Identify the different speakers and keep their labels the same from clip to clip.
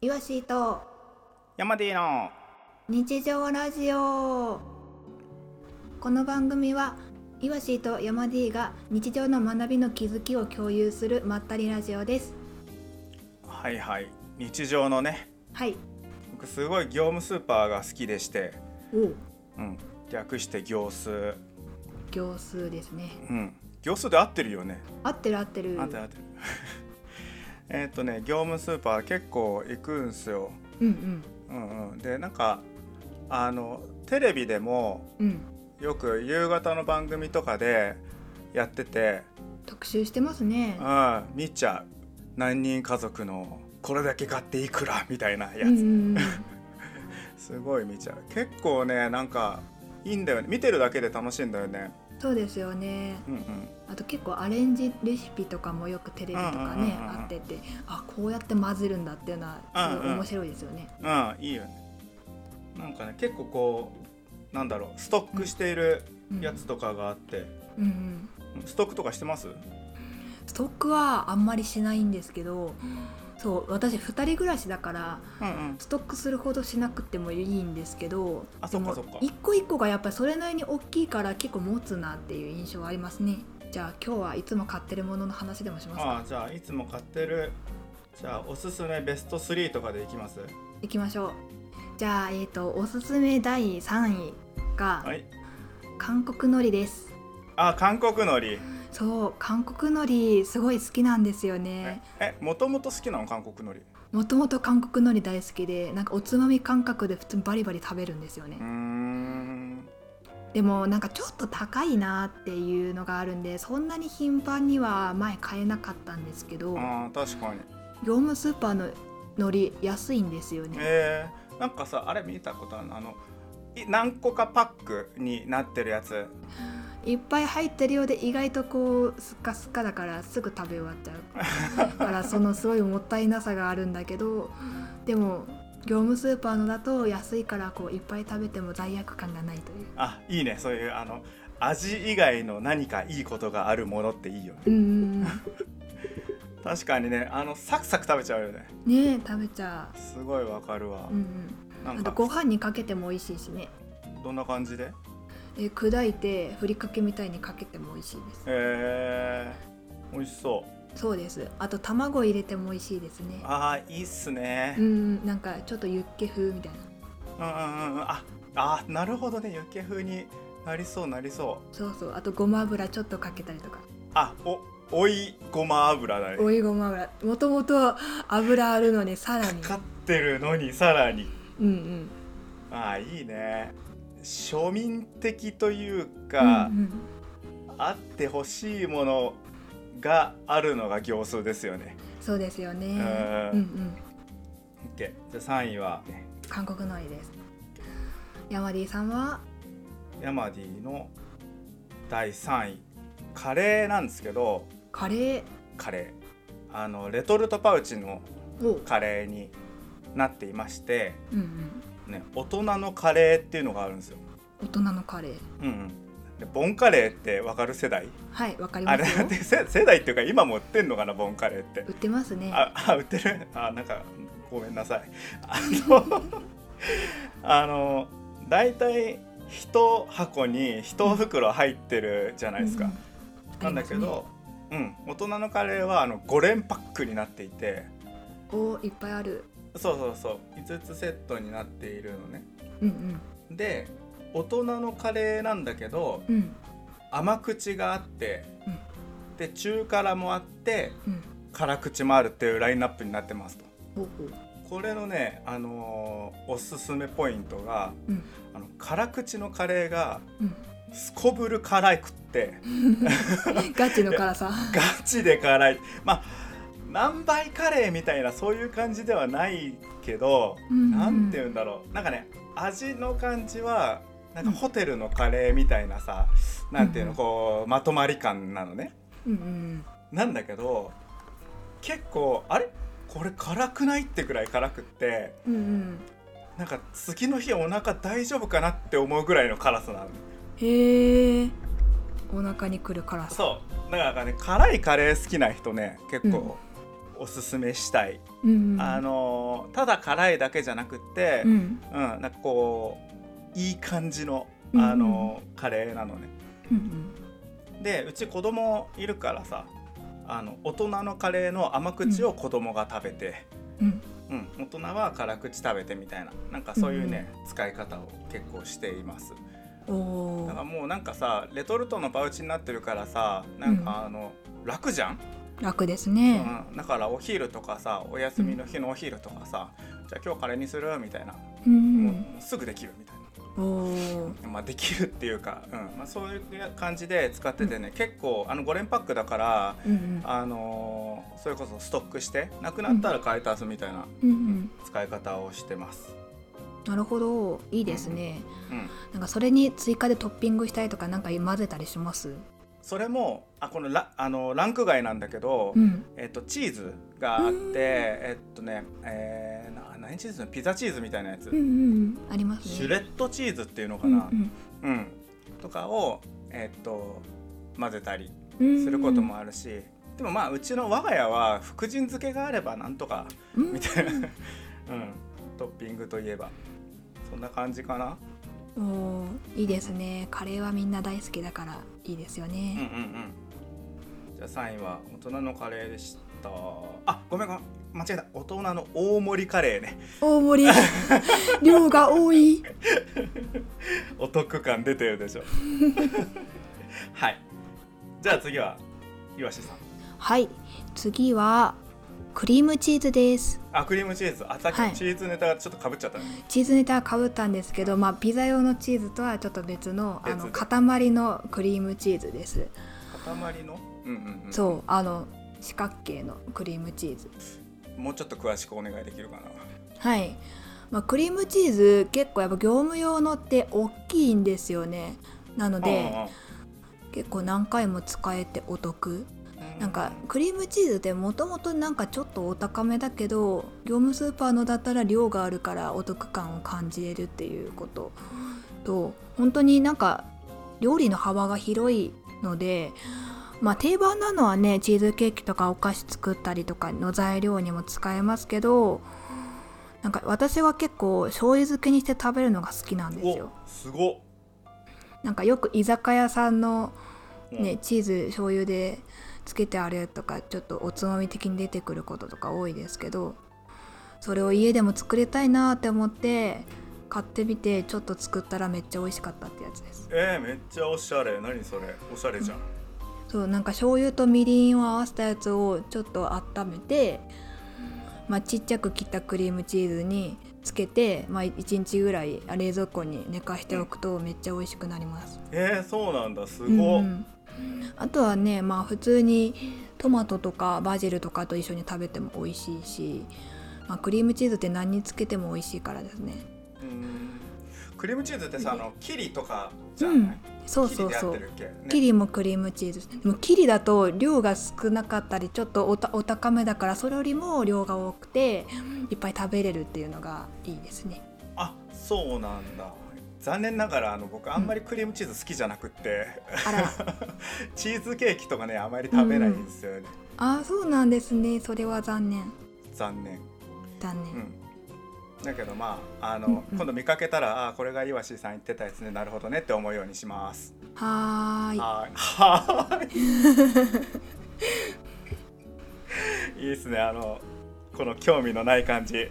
Speaker 1: いわしと
Speaker 2: 山 D の
Speaker 1: 日常ラジオこの番組はイワシーと山 D が日常の学びの気づきを共有するまったりラジオです
Speaker 2: はいはい日常のね
Speaker 1: はい
Speaker 2: 僕すごい業務スーパーが好きでして、
Speaker 1: おう
Speaker 2: うん、略して業数、
Speaker 1: 行数ですね
Speaker 2: うん、業数で合ってるよね、
Speaker 1: 合ってる合ってる
Speaker 2: 合ってる合ってる えっとね業務スーパー結構行くんすよ、
Speaker 1: うん
Speaker 2: うんうん、でなんかあのテレビでも
Speaker 1: うんうん
Speaker 2: よく夕方の番組とかでやってて、
Speaker 1: 特集してますね
Speaker 2: うん、見ちゃう何人家族のこれだけ買っていくらみたいな
Speaker 1: う
Speaker 2: やつ、
Speaker 1: んうんうん
Speaker 2: すごい見ちゃう結構ねなんかいいんだよね見てるだけで楽しいんだよね
Speaker 1: そうですよね
Speaker 2: うんうん
Speaker 1: あと結構アレンジレシピとかもよくテレビとかね
Speaker 2: うんうんうんうん
Speaker 1: あっててあこうやって混ぜるんだっていうのはすごい面白いですよね
Speaker 2: うんいいよねなんかね結構こうなんだろうストックしている
Speaker 1: うん
Speaker 2: やつとかがあって、
Speaker 1: うんうん
Speaker 2: ストックとかしてます
Speaker 1: ストックはあんまりしないんですけどそう私2人暮らしだから
Speaker 2: うんうん
Speaker 1: ストックするほどしなくてもいいんですけど
Speaker 2: あ
Speaker 1: でも
Speaker 2: そっかそっか
Speaker 1: 一個一個がやっぱりそれなりに大きいから結構持つなっていう印象はありますねじゃあ今日はいつも買ってるものの話でもしますか
Speaker 2: ああじゃあいつも買ってるじゃあおすすめベスト3とかでいきます
Speaker 1: いきましょうじゃあえっ、とおすすめ第3位が
Speaker 2: はい
Speaker 1: 韓国海苔です、
Speaker 2: あ韓国海苔
Speaker 1: そう韓国海苔すごい好きなんですよね
Speaker 2: えもともと好きなの韓国海苔
Speaker 1: もともと韓国海苔大好きでなんかおつまみ感覚で普通にバリバリ食べるんですよね
Speaker 2: うーん
Speaker 1: でもなんかちょっと高いなっていうのがあるんでそんなに頻繁には前買えなかったんですけど
Speaker 2: あー確かに
Speaker 1: 業務スーパーの海苔安いんですよね
Speaker 2: えー、なんかさあれ見たことあるのあのい何個かパックになってるやつ
Speaker 1: いっぱい入ってるようで意外とこうスッカスカだからすぐ食べ終わっちゃうだからそのすごいもったいなさがあるんだけどでも業務スーパーのだと安いからこういっぱい食べても罪悪感がないという
Speaker 2: あいいねそういうあの味以外の何かいいことがあるものっていいよね
Speaker 1: うん
Speaker 2: 確かにねあのサクサク食べちゃうよね
Speaker 1: ねえ食べちゃ
Speaker 2: すごいわかるわ
Speaker 1: う、うん
Speaker 2: な
Speaker 1: うん、
Speaker 2: ん
Speaker 1: あと
Speaker 2: か
Speaker 1: ご飯にかけても美味しいしね
Speaker 2: どんな感じで
Speaker 1: えー砕いてふりかけみたいにかけても美味しいです
Speaker 2: えー、美味しそう
Speaker 1: そうですあと卵入れても美味しいですね
Speaker 2: あーいいっすね
Speaker 1: うんなんかちょっとユッケ風みたいな
Speaker 2: うんうんうんああなるほどねユッケ風になりそうなりそう
Speaker 1: そうそうあとごま油ちょっとかけたりとか
Speaker 2: あお追いごま油だね
Speaker 1: 追いごま油もともと油あるのにさらに
Speaker 2: かかってるのにさらに
Speaker 1: うんうん
Speaker 2: ああいいね庶民的というか、
Speaker 1: うんうん
Speaker 2: あってほしいものがあるのが行数ですよね。
Speaker 1: そうですよね
Speaker 2: ー
Speaker 1: うんうん
Speaker 2: オッケーじゃあ3位は
Speaker 1: 韓国のりです山 D さんは
Speaker 2: ヤマディの第3位カレーなんですけど
Speaker 1: カレ
Speaker 2: カレーあのレトルトパウチの
Speaker 1: ーを
Speaker 2: カレーになっていまして、
Speaker 1: うんうん
Speaker 2: ね、大人のカレーっていうのがあるんですよ。
Speaker 1: 大人のカレー
Speaker 2: うんうん、でボンカレーってわかる世代
Speaker 1: はいわかり
Speaker 2: あ
Speaker 1: ま
Speaker 2: れ
Speaker 1: す
Speaker 2: だっ
Speaker 1: よ
Speaker 2: て世世代っていうか今も売ってんのかなボンカレーって
Speaker 1: 売ってますね
Speaker 2: あ あ売ってるあなんかごめんなさい あの あの大体一箱に一袋入ってるじゃないですか、
Speaker 1: うん
Speaker 2: なんだけど、うん大人のカレーはあの5連パックになっていて
Speaker 1: おいっぱいある
Speaker 2: そうそうそう5つセットになっているのね
Speaker 1: うん
Speaker 2: で大人のカレーなんだけど
Speaker 1: うんうん
Speaker 2: 甘口があって、
Speaker 1: うん
Speaker 2: で中辛もあって
Speaker 1: うん
Speaker 2: 辛口もあるっていうラインナップになってますと
Speaker 1: ほうほう
Speaker 2: これのね、あのーおすすめポイントが
Speaker 1: うん
Speaker 2: あの辛口のカレーが
Speaker 1: うん
Speaker 2: すこぶる辛くって
Speaker 1: ガチの辛さ。
Speaker 2: ガチで辛いまあ何倍カレーみたいなそういう感じではないけど
Speaker 1: うんうん
Speaker 2: なんて言うんだろうなんかね味の感じはなんかホテルのカレーみたいなさなんていう
Speaker 1: う
Speaker 2: の
Speaker 1: ん
Speaker 2: こうまとまり感なのね
Speaker 1: うんうん
Speaker 2: なんだけど結構あれこれ辛くないってぐらい辛くって
Speaker 1: うんうん。
Speaker 2: なんか次の日お腹大丈夫かなって思うぐらいの辛さなの
Speaker 1: へえ。お腹にくる辛さ。
Speaker 2: そうだからね辛いカレー好きな人ね結構、おすすめしたい、
Speaker 1: うんうん
Speaker 2: あのただ辛いだけじゃなくって、
Speaker 1: う
Speaker 2: うん
Speaker 1: ん
Speaker 2: なんかこういい感じの
Speaker 1: うんうん
Speaker 2: あの、カレーなのね
Speaker 1: うん
Speaker 2: でうち子供いるからさあの大人のカレーの甘口を子供が食べて、
Speaker 1: うんうん
Speaker 2: うん大人は辛口食べてみたいななんかそういうね、使い方を結構しています
Speaker 1: おお
Speaker 2: だからもうなんかさレトルトのパウチになってるからさなんかあの、楽じゃん、
Speaker 1: 楽ですね、
Speaker 2: うん、だからお昼とかさお休みの日のお昼とかさ、じゃあ今日カレーにするみたいな、
Speaker 1: うん
Speaker 2: もうすぐできるみたいな、
Speaker 1: うん、おお
Speaker 2: まあ、できるっていうか、うんまあ、そういう感じで使っててね、結構あの5連パックだから
Speaker 1: うんうん
Speaker 2: あのーそれこそストックしてなくなったら買い足すみたいな
Speaker 1: うんうん
Speaker 2: 使い方をしてます。
Speaker 1: なるほどいいですね、
Speaker 2: うん、
Speaker 1: なんかそれに追加でトッピングしたりとかなんか混ぜたりします
Speaker 2: それもあこのラあのランク外なんだけど、
Speaker 1: うん
Speaker 2: えっと、チーズがあってえっとね、えーな何チーズのピザチーズみたいなやつ、
Speaker 1: うんうんうんありますね
Speaker 2: シュレッドチーズっていうのか
Speaker 1: うん
Speaker 2: な、うんとかを、えっと混ぜたり
Speaker 1: うん
Speaker 2: することもあるし、でもまあうちの我が家は福神漬けがあればなんとかみたいな、 うん、トッピングといえばそんな感じかな。
Speaker 1: うんおーいいですねカレーはみんな大好きだからいいですよ
Speaker 2: うんうん
Speaker 1: ね、
Speaker 2: うん。じゃあ三位は大人のカレーでした。あごめんごめん間違えた大人の大盛りカレーね
Speaker 1: 大盛 り量が多い
Speaker 2: お得感出てるでしょ。 はい。じゃあ次は岩瀬さん。
Speaker 1: はい次はクリームチーズです
Speaker 2: あクリームチーズあさっき
Speaker 1: は
Speaker 2: の
Speaker 1: い
Speaker 2: チーズネタがちょっとかぶっちゃったね。
Speaker 1: チーズネタはかぶったんですけど、まあ、ピザ用のチーズとはちょっと別のあの
Speaker 2: 別
Speaker 1: 塊のクリームチーズです
Speaker 2: 塊の、うんうんうん、
Speaker 1: そうあの四角形のクリームチーズ
Speaker 2: もうちょっと詳しくお願いできるかな
Speaker 1: はい、まあ、クリームチーズ結構やっぱ業務用のって大きいんですよねなので結構何回も使えてお得
Speaker 2: うんうん、
Speaker 1: なんかクリームチーズってもともとなんかちょっとお高めだけど業務スーパーのだったら量があるからお得感を感じれるっていうことと本当になんか料理の幅が広いので、まあ、定番なのはねチーズケーキとかお菓子作ったりとかの材料にも使えますけどなんか私は結構醤油漬けにして食べるのが好きなんですよ。
Speaker 2: おすごっ
Speaker 1: なんかよく居酒屋さんの
Speaker 2: うん
Speaker 1: ね、チーズ醤油でつけてあるとかちょっとおつまみ的に出てくることとか多いですけどそれを家でも作りたいなって思って買ってみてちょっと作ったらめっちゃ美味しかったってやつです
Speaker 2: えー、めっちゃおしゃれ何それおしゃれじゃん、
Speaker 1: そうなんか醤油とみりんを合わせたやつをちょっと温めて、まあ、ちっちゃく切ったクリームチーズにつけて、まあ、1日ぐらい冷蔵庫に寝かしておくとめっちゃ美味しくなります
Speaker 2: えー、そうなんだすご
Speaker 1: う
Speaker 2: っ、
Speaker 1: んあとはねまあ普通にトマトとかバジルとかと一緒に食べても美味しいし、まあ、クリームチーズって何につけても美味しいからですね
Speaker 2: うんクリームチーズってさあのキリとかじゃ
Speaker 1: う
Speaker 2: ない
Speaker 1: ん、そうそう
Speaker 2: キリで合
Speaker 1: そう
Speaker 2: ってるっけ、ね、
Speaker 1: キリもクリームチーズでもキリだと量が少なかったりちょっとおたお高めだからそれよりも量が多くていっぱい食べれるっていうのがいいですね
Speaker 2: あそうなんだ残念ながらあの僕あんまりクリームチーズ好きじゃなくって、
Speaker 1: あら
Speaker 2: チーズケーキとかねあまり食べないんですよね、
Speaker 1: あーそうなんですねそれは残念
Speaker 2: 残念
Speaker 1: 残念、
Speaker 2: うん、だけどまああの、
Speaker 1: うんうん
Speaker 2: 今度見かけたらあーこれが岩師さん言ってたやつねなるほどねって思うようにします。
Speaker 1: はーい
Speaker 2: はーい はーいいいですねあのこの興味のない感じ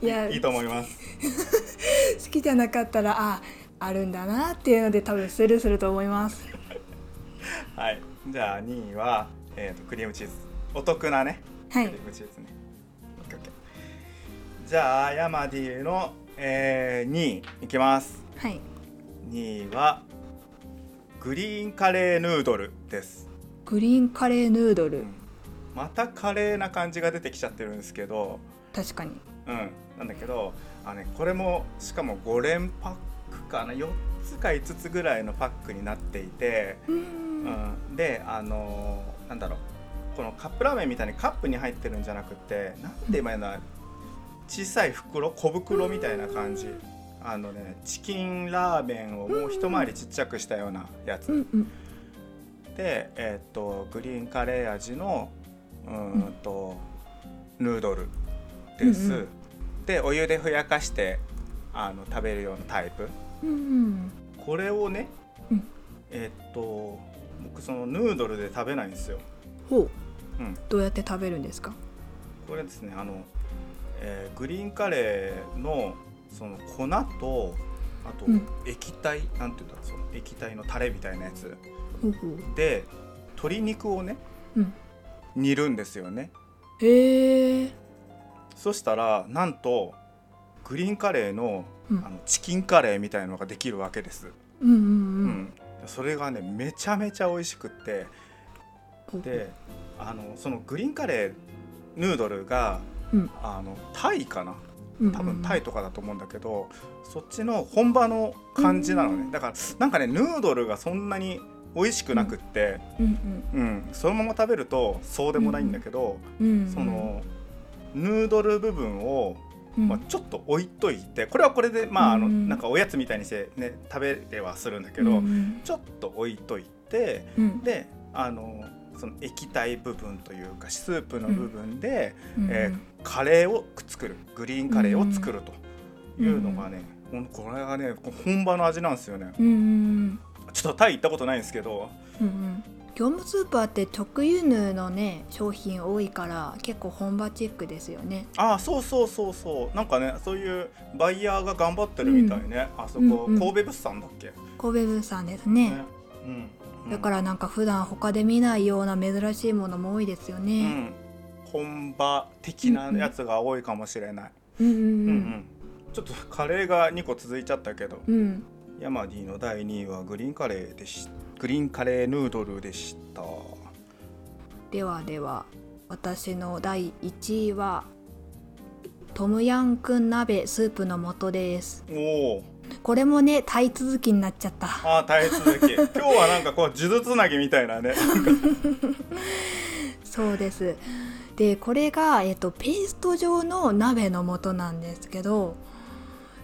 Speaker 1: いや
Speaker 2: いいと思います。
Speaker 1: 好きじゃなかったらああるんだなっていうので多分スルーすると思います
Speaker 2: はい、じゃあ2位は、えー、とクリームチーズお得なね
Speaker 1: はい
Speaker 2: クリームチーズね。オッケーオッケーじゃあヤマディの、えー、2位いきます。
Speaker 1: はい
Speaker 2: 2位はグリーンカレーヌードルです。
Speaker 1: グリーンカレーヌードル
Speaker 2: またカレーな感じが出てきちゃってるんですけど、
Speaker 1: 確かに
Speaker 2: うん、なんだけどあの、ね、これもしかも5連パックかな4つか5つぐらいのパックになっていて、
Speaker 1: う
Speaker 2: うんん、であのーなんだろうこのカップラーメンみたいにカップに入ってるんじゃなくてなんて言えばいいんだ小さい袋小袋みたいな感じあのねチキンラーメンをもう一回りちっちゃくしたようなやつ
Speaker 1: うんうん
Speaker 2: で、えーっとグリーンカレー味の、うーんとヌードルです、
Speaker 1: うんうん
Speaker 2: でお湯でふやかしてあの食べるようなタイプ
Speaker 1: うんうん
Speaker 2: これをね、
Speaker 1: うん
Speaker 2: えっと僕そのヌードルで食べないんですよ
Speaker 1: ほう、
Speaker 2: うん
Speaker 1: どうやって食べるんですか
Speaker 2: これですねあの、えーグリーンカレーのその粉とあと
Speaker 1: うん
Speaker 2: 液体、なんていうんだろうその液体のタレみたいなやつ
Speaker 1: ほうほう
Speaker 2: で鶏肉をね
Speaker 1: うん
Speaker 2: 煮るんですよね
Speaker 1: へえ
Speaker 2: そしたらなんとグリーンカレーの,、
Speaker 1: うん
Speaker 2: あのチキンカレーみたいなのができるわけです、
Speaker 1: うんうん
Speaker 2: う
Speaker 1: うん
Speaker 2: んそれがねめちゃめちゃ美味しくって
Speaker 1: ほうほう
Speaker 2: であのそのグリーンカレーヌードルが、
Speaker 1: うん
Speaker 2: あのタイかな
Speaker 1: うん
Speaker 2: 多分タイとかだと思うんだけど、そっちの本場の感じなのね、
Speaker 1: うん
Speaker 2: だからなんかねヌードルがそんなに美味しくなくって、
Speaker 1: うんうん
Speaker 2: うんそのまま食べるとそうでもないんだけど、
Speaker 1: うんうん
Speaker 2: そのヌードル部分を、
Speaker 1: うん
Speaker 2: まあ、ちょっと置いといてこれはこれでまああの、
Speaker 1: うん
Speaker 2: なんかおやつみたいにして、ね、食べてはするんだけど、
Speaker 1: うん
Speaker 2: ちょっと置いといて
Speaker 1: うん
Speaker 2: であのその液体部分というかスープの部分で、
Speaker 1: うん
Speaker 2: えカレーを作るグリーンカレーを作るというのがね、これがね本場の味なんですよね
Speaker 1: うんうん
Speaker 2: ちょっとタイ行ったことないんですけど
Speaker 1: うんうん業務スーパーって特輸入のね商品多いから結構本場チックですよね
Speaker 2: ああそうそうそうそうなんかねそういうバイヤーが頑張ってるみたいね、あそこ、
Speaker 1: うんうん
Speaker 2: 神戸物産だっけ、
Speaker 1: 神戸物産ですね
Speaker 2: ねうんうん、
Speaker 1: だからなんか普段他で見ないような珍しいものも多いですよ
Speaker 2: う
Speaker 1: ね
Speaker 2: ん、本場的なやつが多いかもしれない、
Speaker 1: うんう
Speaker 2: うん
Speaker 1: ん
Speaker 2: う
Speaker 1: うんん
Speaker 2: ちょっとカレーが2個続いちゃったけど、
Speaker 1: うん
Speaker 2: ヤマディの第2位はグリーンカレーでしグリーンカレーヌードルでした
Speaker 1: ではでは私の第1位はトムヤンくん鍋スープの素です
Speaker 2: おお
Speaker 1: これもねタイ続きになっちゃった
Speaker 2: ああ耐え 続き今日はなんかこう呪術つなぎみたいなね
Speaker 1: そうですでこれが、えっとペースト状の鍋の素なんですけど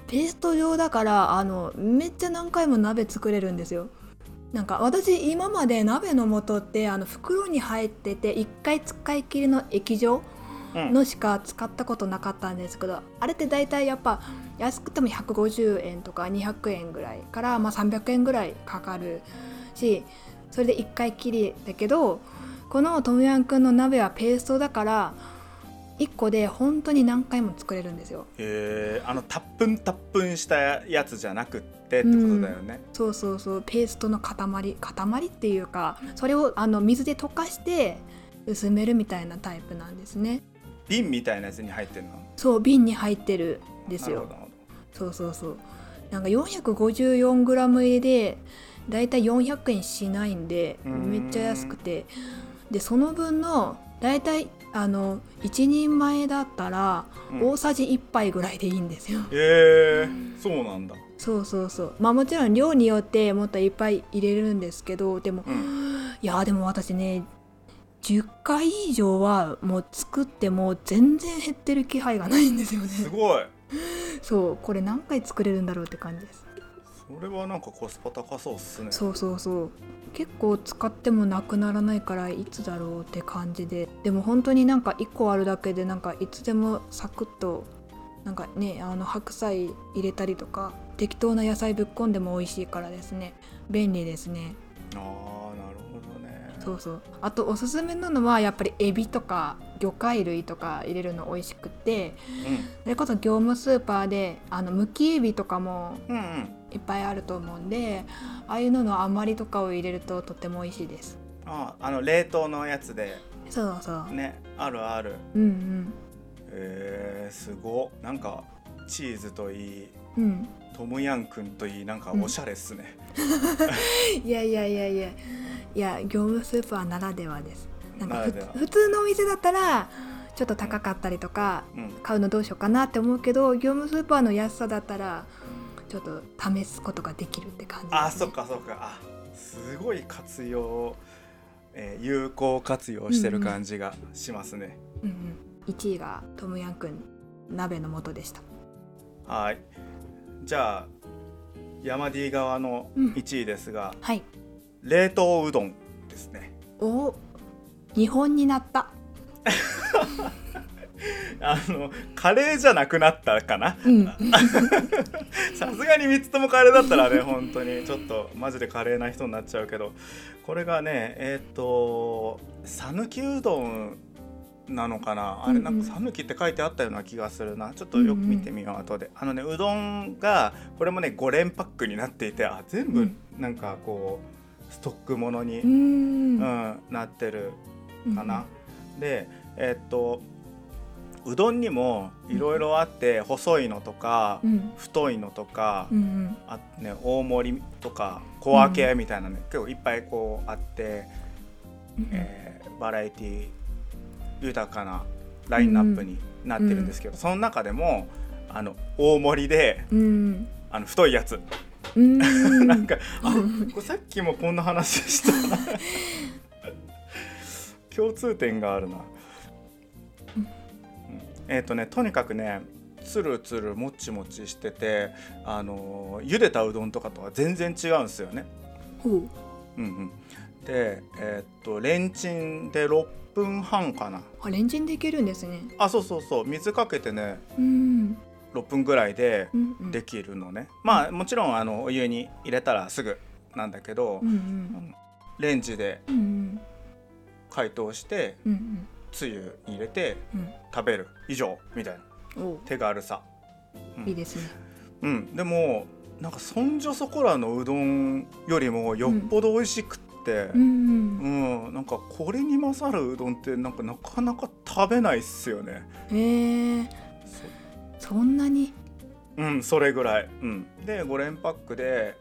Speaker 1: ペースト状だからあのめっちゃ何回も鍋作れるんですよなんか私今まで鍋の素ってあの袋に入ってて1回使い切りの液状
Speaker 2: うん
Speaker 1: のしか使ったことなかったんですけどあれって大体やっぱ安くても150円とか200円ぐらいから、まあ、300円ぐらいかかるしそれで1回きりだけどこのトムヤンくんの鍋はペーストだから1個で本当に何回も作れるんですよ。
Speaker 2: えー、あのたっぷんたっぷんしたやつじゃなくってってことだよね、
Speaker 1: そうそうそうペーストの塊塊っていうかそれをあの水で溶かして薄めるみたいなタイプなんですね
Speaker 2: 瓶みたいなやつに入ってるの
Speaker 1: そう瓶に入ってるんです
Speaker 2: な
Speaker 1: よ
Speaker 2: るほど
Speaker 1: そうそうそうなんか 454g 入りでだいたい400円しないんで
Speaker 2: うーん
Speaker 1: めっちゃ安くてでその分のだいたいあの1人前だったら
Speaker 2: うん
Speaker 1: 大さじ1杯ぐらいでいいんですよ、
Speaker 2: えー、そうなんだ
Speaker 1: そうそうそうまあもちろん量によってもっといっぱい入れるんですけどでも
Speaker 2: うん
Speaker 1: いやーでも私ね10回以上はもう作っても全然減ってる気配がないんですよね
Speaker 2: すごい
Speaker 1: そうこれ何回作れるんだろうって感じです
Speaker 2: それはなんかコスパ高そうっすね
Speaker 1: そうそうそう結構使ってもなくならないからいつだろうって感じででも本当になんか1個あるだけでなんかいつでもサクッとなんかねあの白菜入れたりとか適当な野菜ぶっこんでも美味しいからですね便利ですね
Speaker 2: ああなるほどね
Speaker 1: そうそうあとおすすめなのはやっぱりエビとか魚介類とか入れるの美味しくってそれこそ業務スーパーであのむきエビとかも
Speaker 2: うん、うんうん
Speaker 1: いっぱいあると思うんでああいうのの余りとかを入れるととても美味しいです
Speaker 2: あーあの冷凍のやつで
Speaker 1: そうそう。
Speaker 2: ねあるある
Speaker 1: うん
Speaker 2: えー、すごっなんかチーズといい
Speaker 1: うん。うん。
Speaker 2: トムヤンくんといいなんかおしゃれっすね、
Speaker 1: いやいやいやいや。いや、業務スーパーならではです。なんか
Speaker 2: なら
Speaker 1: ふ
Speaker 2: では
Speaker 1: 普通のお店だったら、ちょっと高かったりとか、
Speaker 2: うん
Speaker 1: 買うのどうしようかなって思うけど、業務スーパーの安さだったら、ちょっと試すことができるって感じ、
Speaker 2: あそっ。かそっかあすごい活用、えー有効活用してる感じがしますね、
Speaker 1: うんうん。1位がトムヤンくん鍋の素でした。
Speaker 2: はいじゃあ山 D 側の
Speaker 1: うん
Speaker 2: 1位ですが、
Speaker 1: はい。
Speaker 2: 冷凍うどんですね
Speaker 1: お日本になった。
Speaker 2: あのカレーじゃなくなったかな
Speaker 1: うん
Speaker 2: さすがに3つともカレーだったら ね本当にちょっとマジでカレーな人になっちゃうけどこれがねえっ、と讃岐うどんなのかなあれなんか
Speaker 1: うん
Speaker 2: 讃岐って書いてあったような気がするなちょっとよく見てみよう後であのねうどんがこれもね5連パックになっていてあ全
Speaker 1: う
Speaker 2: 部
Speaker 1: ん
Speaker 2: なんかこうストックものに、
Speaker 1: う
Speaker 2: うん
Speaker 1: ん
Speaker 2: なってるかな。でえっ、とうどんにもいろいろあって細いのとか、
Speaker 1: うん
Speaker 2: 太いのとか、
Speaker 1: うんうん
Speaker 2: あとね大盛りとか小分けみたいなね、結構いっぱいこうあって、
Speaker 1: うん
Speaker 2: えーバラエティ豊かなラインナップになってるんですけど、その中でもあの大盛りで
Speaker 1: うん
Speaker 2: あの太いやつ、
Speaker 1: うん
Speaker 2: なんかあこれさっきもこんな話したな共通点があるな、うんえっ、とねとにかくねつるつるもちもちしててあのー茹でたうどんとかとは全然違うんですよね
Speaker 1: ほう
Speaker 2: うんうんでえーっとレンチンで6分半かな
Speaker 1: あレンチンできるんですね
Speaker 2: あそうそうそう水かけてね
Speaker 1: うん
Speaker 2: 6分ぐらいで
Speaker 1: うんうん
Speaker 2: できるのね、まあもちろんあのお湯に入れたらすぐなんだけど、
Speaker 1: うんう
Speaker 2: あ
Speaker 1: ん
Speaker 2: のレンジで
Speaker 1: うんうん
Speaker 2: 解凍して
Speaker 1: うんうん
Speaker 2: つゆに入れて
Speaker 1: うん
Speaker 2: 食べる以上みたいな
Speaker 1: お
Speaker 2: 手軽さ
Speaker 1: いいですね
Speaker 2: うんでもなんかそんじょそこらのうどんよりもよっぽど美味しくって、
Speaker 1: う
Speaker 2: うん
Speaker 1: んうん
Speaker 2: なんかこれに勝るうどんってなんかなかなか食べないっすよね
Speaker 1: へえそんなに
Speaker 2: うんそれぐらい、うん、で5連パックで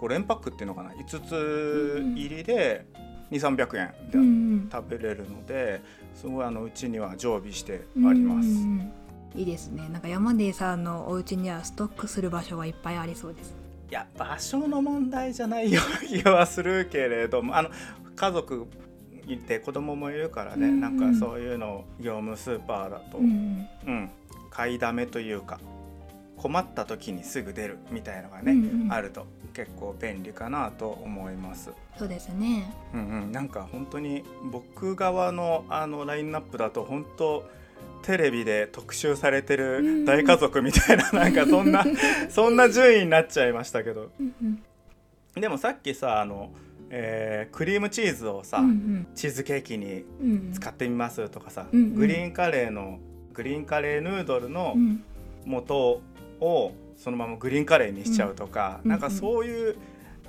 Speaker 2: 5連パックっていうのかな5つ入りで2300円
Speaker 1: うんう
Speaker 2: で
Speaker 1: ん
Speaker 2: 食べれるのですごいあのうちには常備して
Speaker 1: うん
Speaker 2: あります、
Speaker 1: うんいいですねなんか山根さんのお家にはストックする場所はいっぱいありそうです
Speaker 2: いや場所の問題じゃないような気はするけれどもあの家族いて子供もいるからね、
Speaker 1: うん
Speaker 2: なんかそういうの業務スーパーだと、
Speaker 1: う
Speaker 2: うん
Speaker 1: ん
Speaker 2: 買いだめというか困った時にすぐ出るみたいのがね、
Speaker 1: うんうん
Speaker 2: あると結構便利かなと思います。
Speaker 1: そうですね
Speaker 2: うんうん、なんか本当に僕側のあのラインナップだと本当テレビで特集されて
Speaker 1: うん
Speaker 2: る大家族みた いな、なんかそんなそんな順位になっちゃいましたけど
Speaker 1: うんうん
Speaker 2: でもさっきさあの、えークリームチーズをさ、
Speaker 1: うん
Speaker 2: チーズケーキに
Speaker 1: うんうん
Speaker 2: 使ってみますとかさ、
Speaker 1: うんうん
Speaker 2: グリーンカレーのグリーンカレーヌードルの
Speaker 1: うん
Speaker 2: 素をそのままグリーンカレーにしちゃうとか、
Speaker 1: うん
Speaker 2: なんかそういう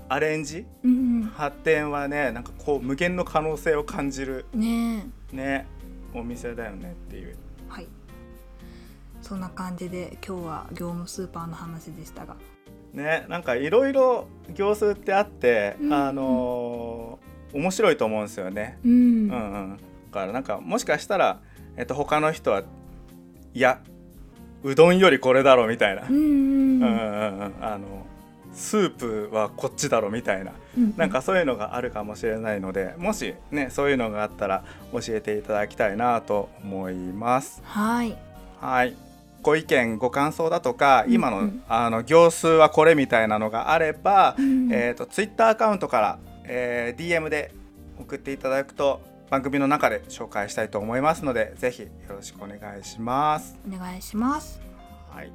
Speaker 2: アレンジ
Speaker 1: うん
Speaker 2: 発展はねなんかこう無限の可能性を感じる
Speaker 1: うんねえ
Speaker 2: ねお店だよねっていう
Speaker 1: はい。そんな感じで今日は業務スーパーの話でしたが、
Speaker 2: ねなんかいろいろ業数ってあって、
Speaker 1: うん
Speaker 2: あのー面白いと思うんですよね。
Speaker 1: うん
Speaker 2: うんうん、だからなんかもしかしたら、えっと、他の人はいやうどんよりこれだろみたいな、
Speaker 1: うんうん
Speaker 2: うんうんうんあのスープはこっちだろみたいな
Speaker 1: うん
Speaker 2: なんかそういうのがあるかもしれないのでもしねそういうのがあったら教えていただきたいなと思います。
Speaker 1: はい。
Speaker 2: はいご意見ご感想だとか
Speaker 1: うん
Speaker 2: 今の,、
Speaker 1: うん
Speaker 2: あの行数はこれみたいなのがあれば、
Speaker 1: うん
Speaker 2: えー、と Twitter アカウントから、えー DM で送っていただくと番組の中で紹介したいと思いますのでぜひよろしくお願いします。
Speaker 1: お願いします。
Speaker 2: はい、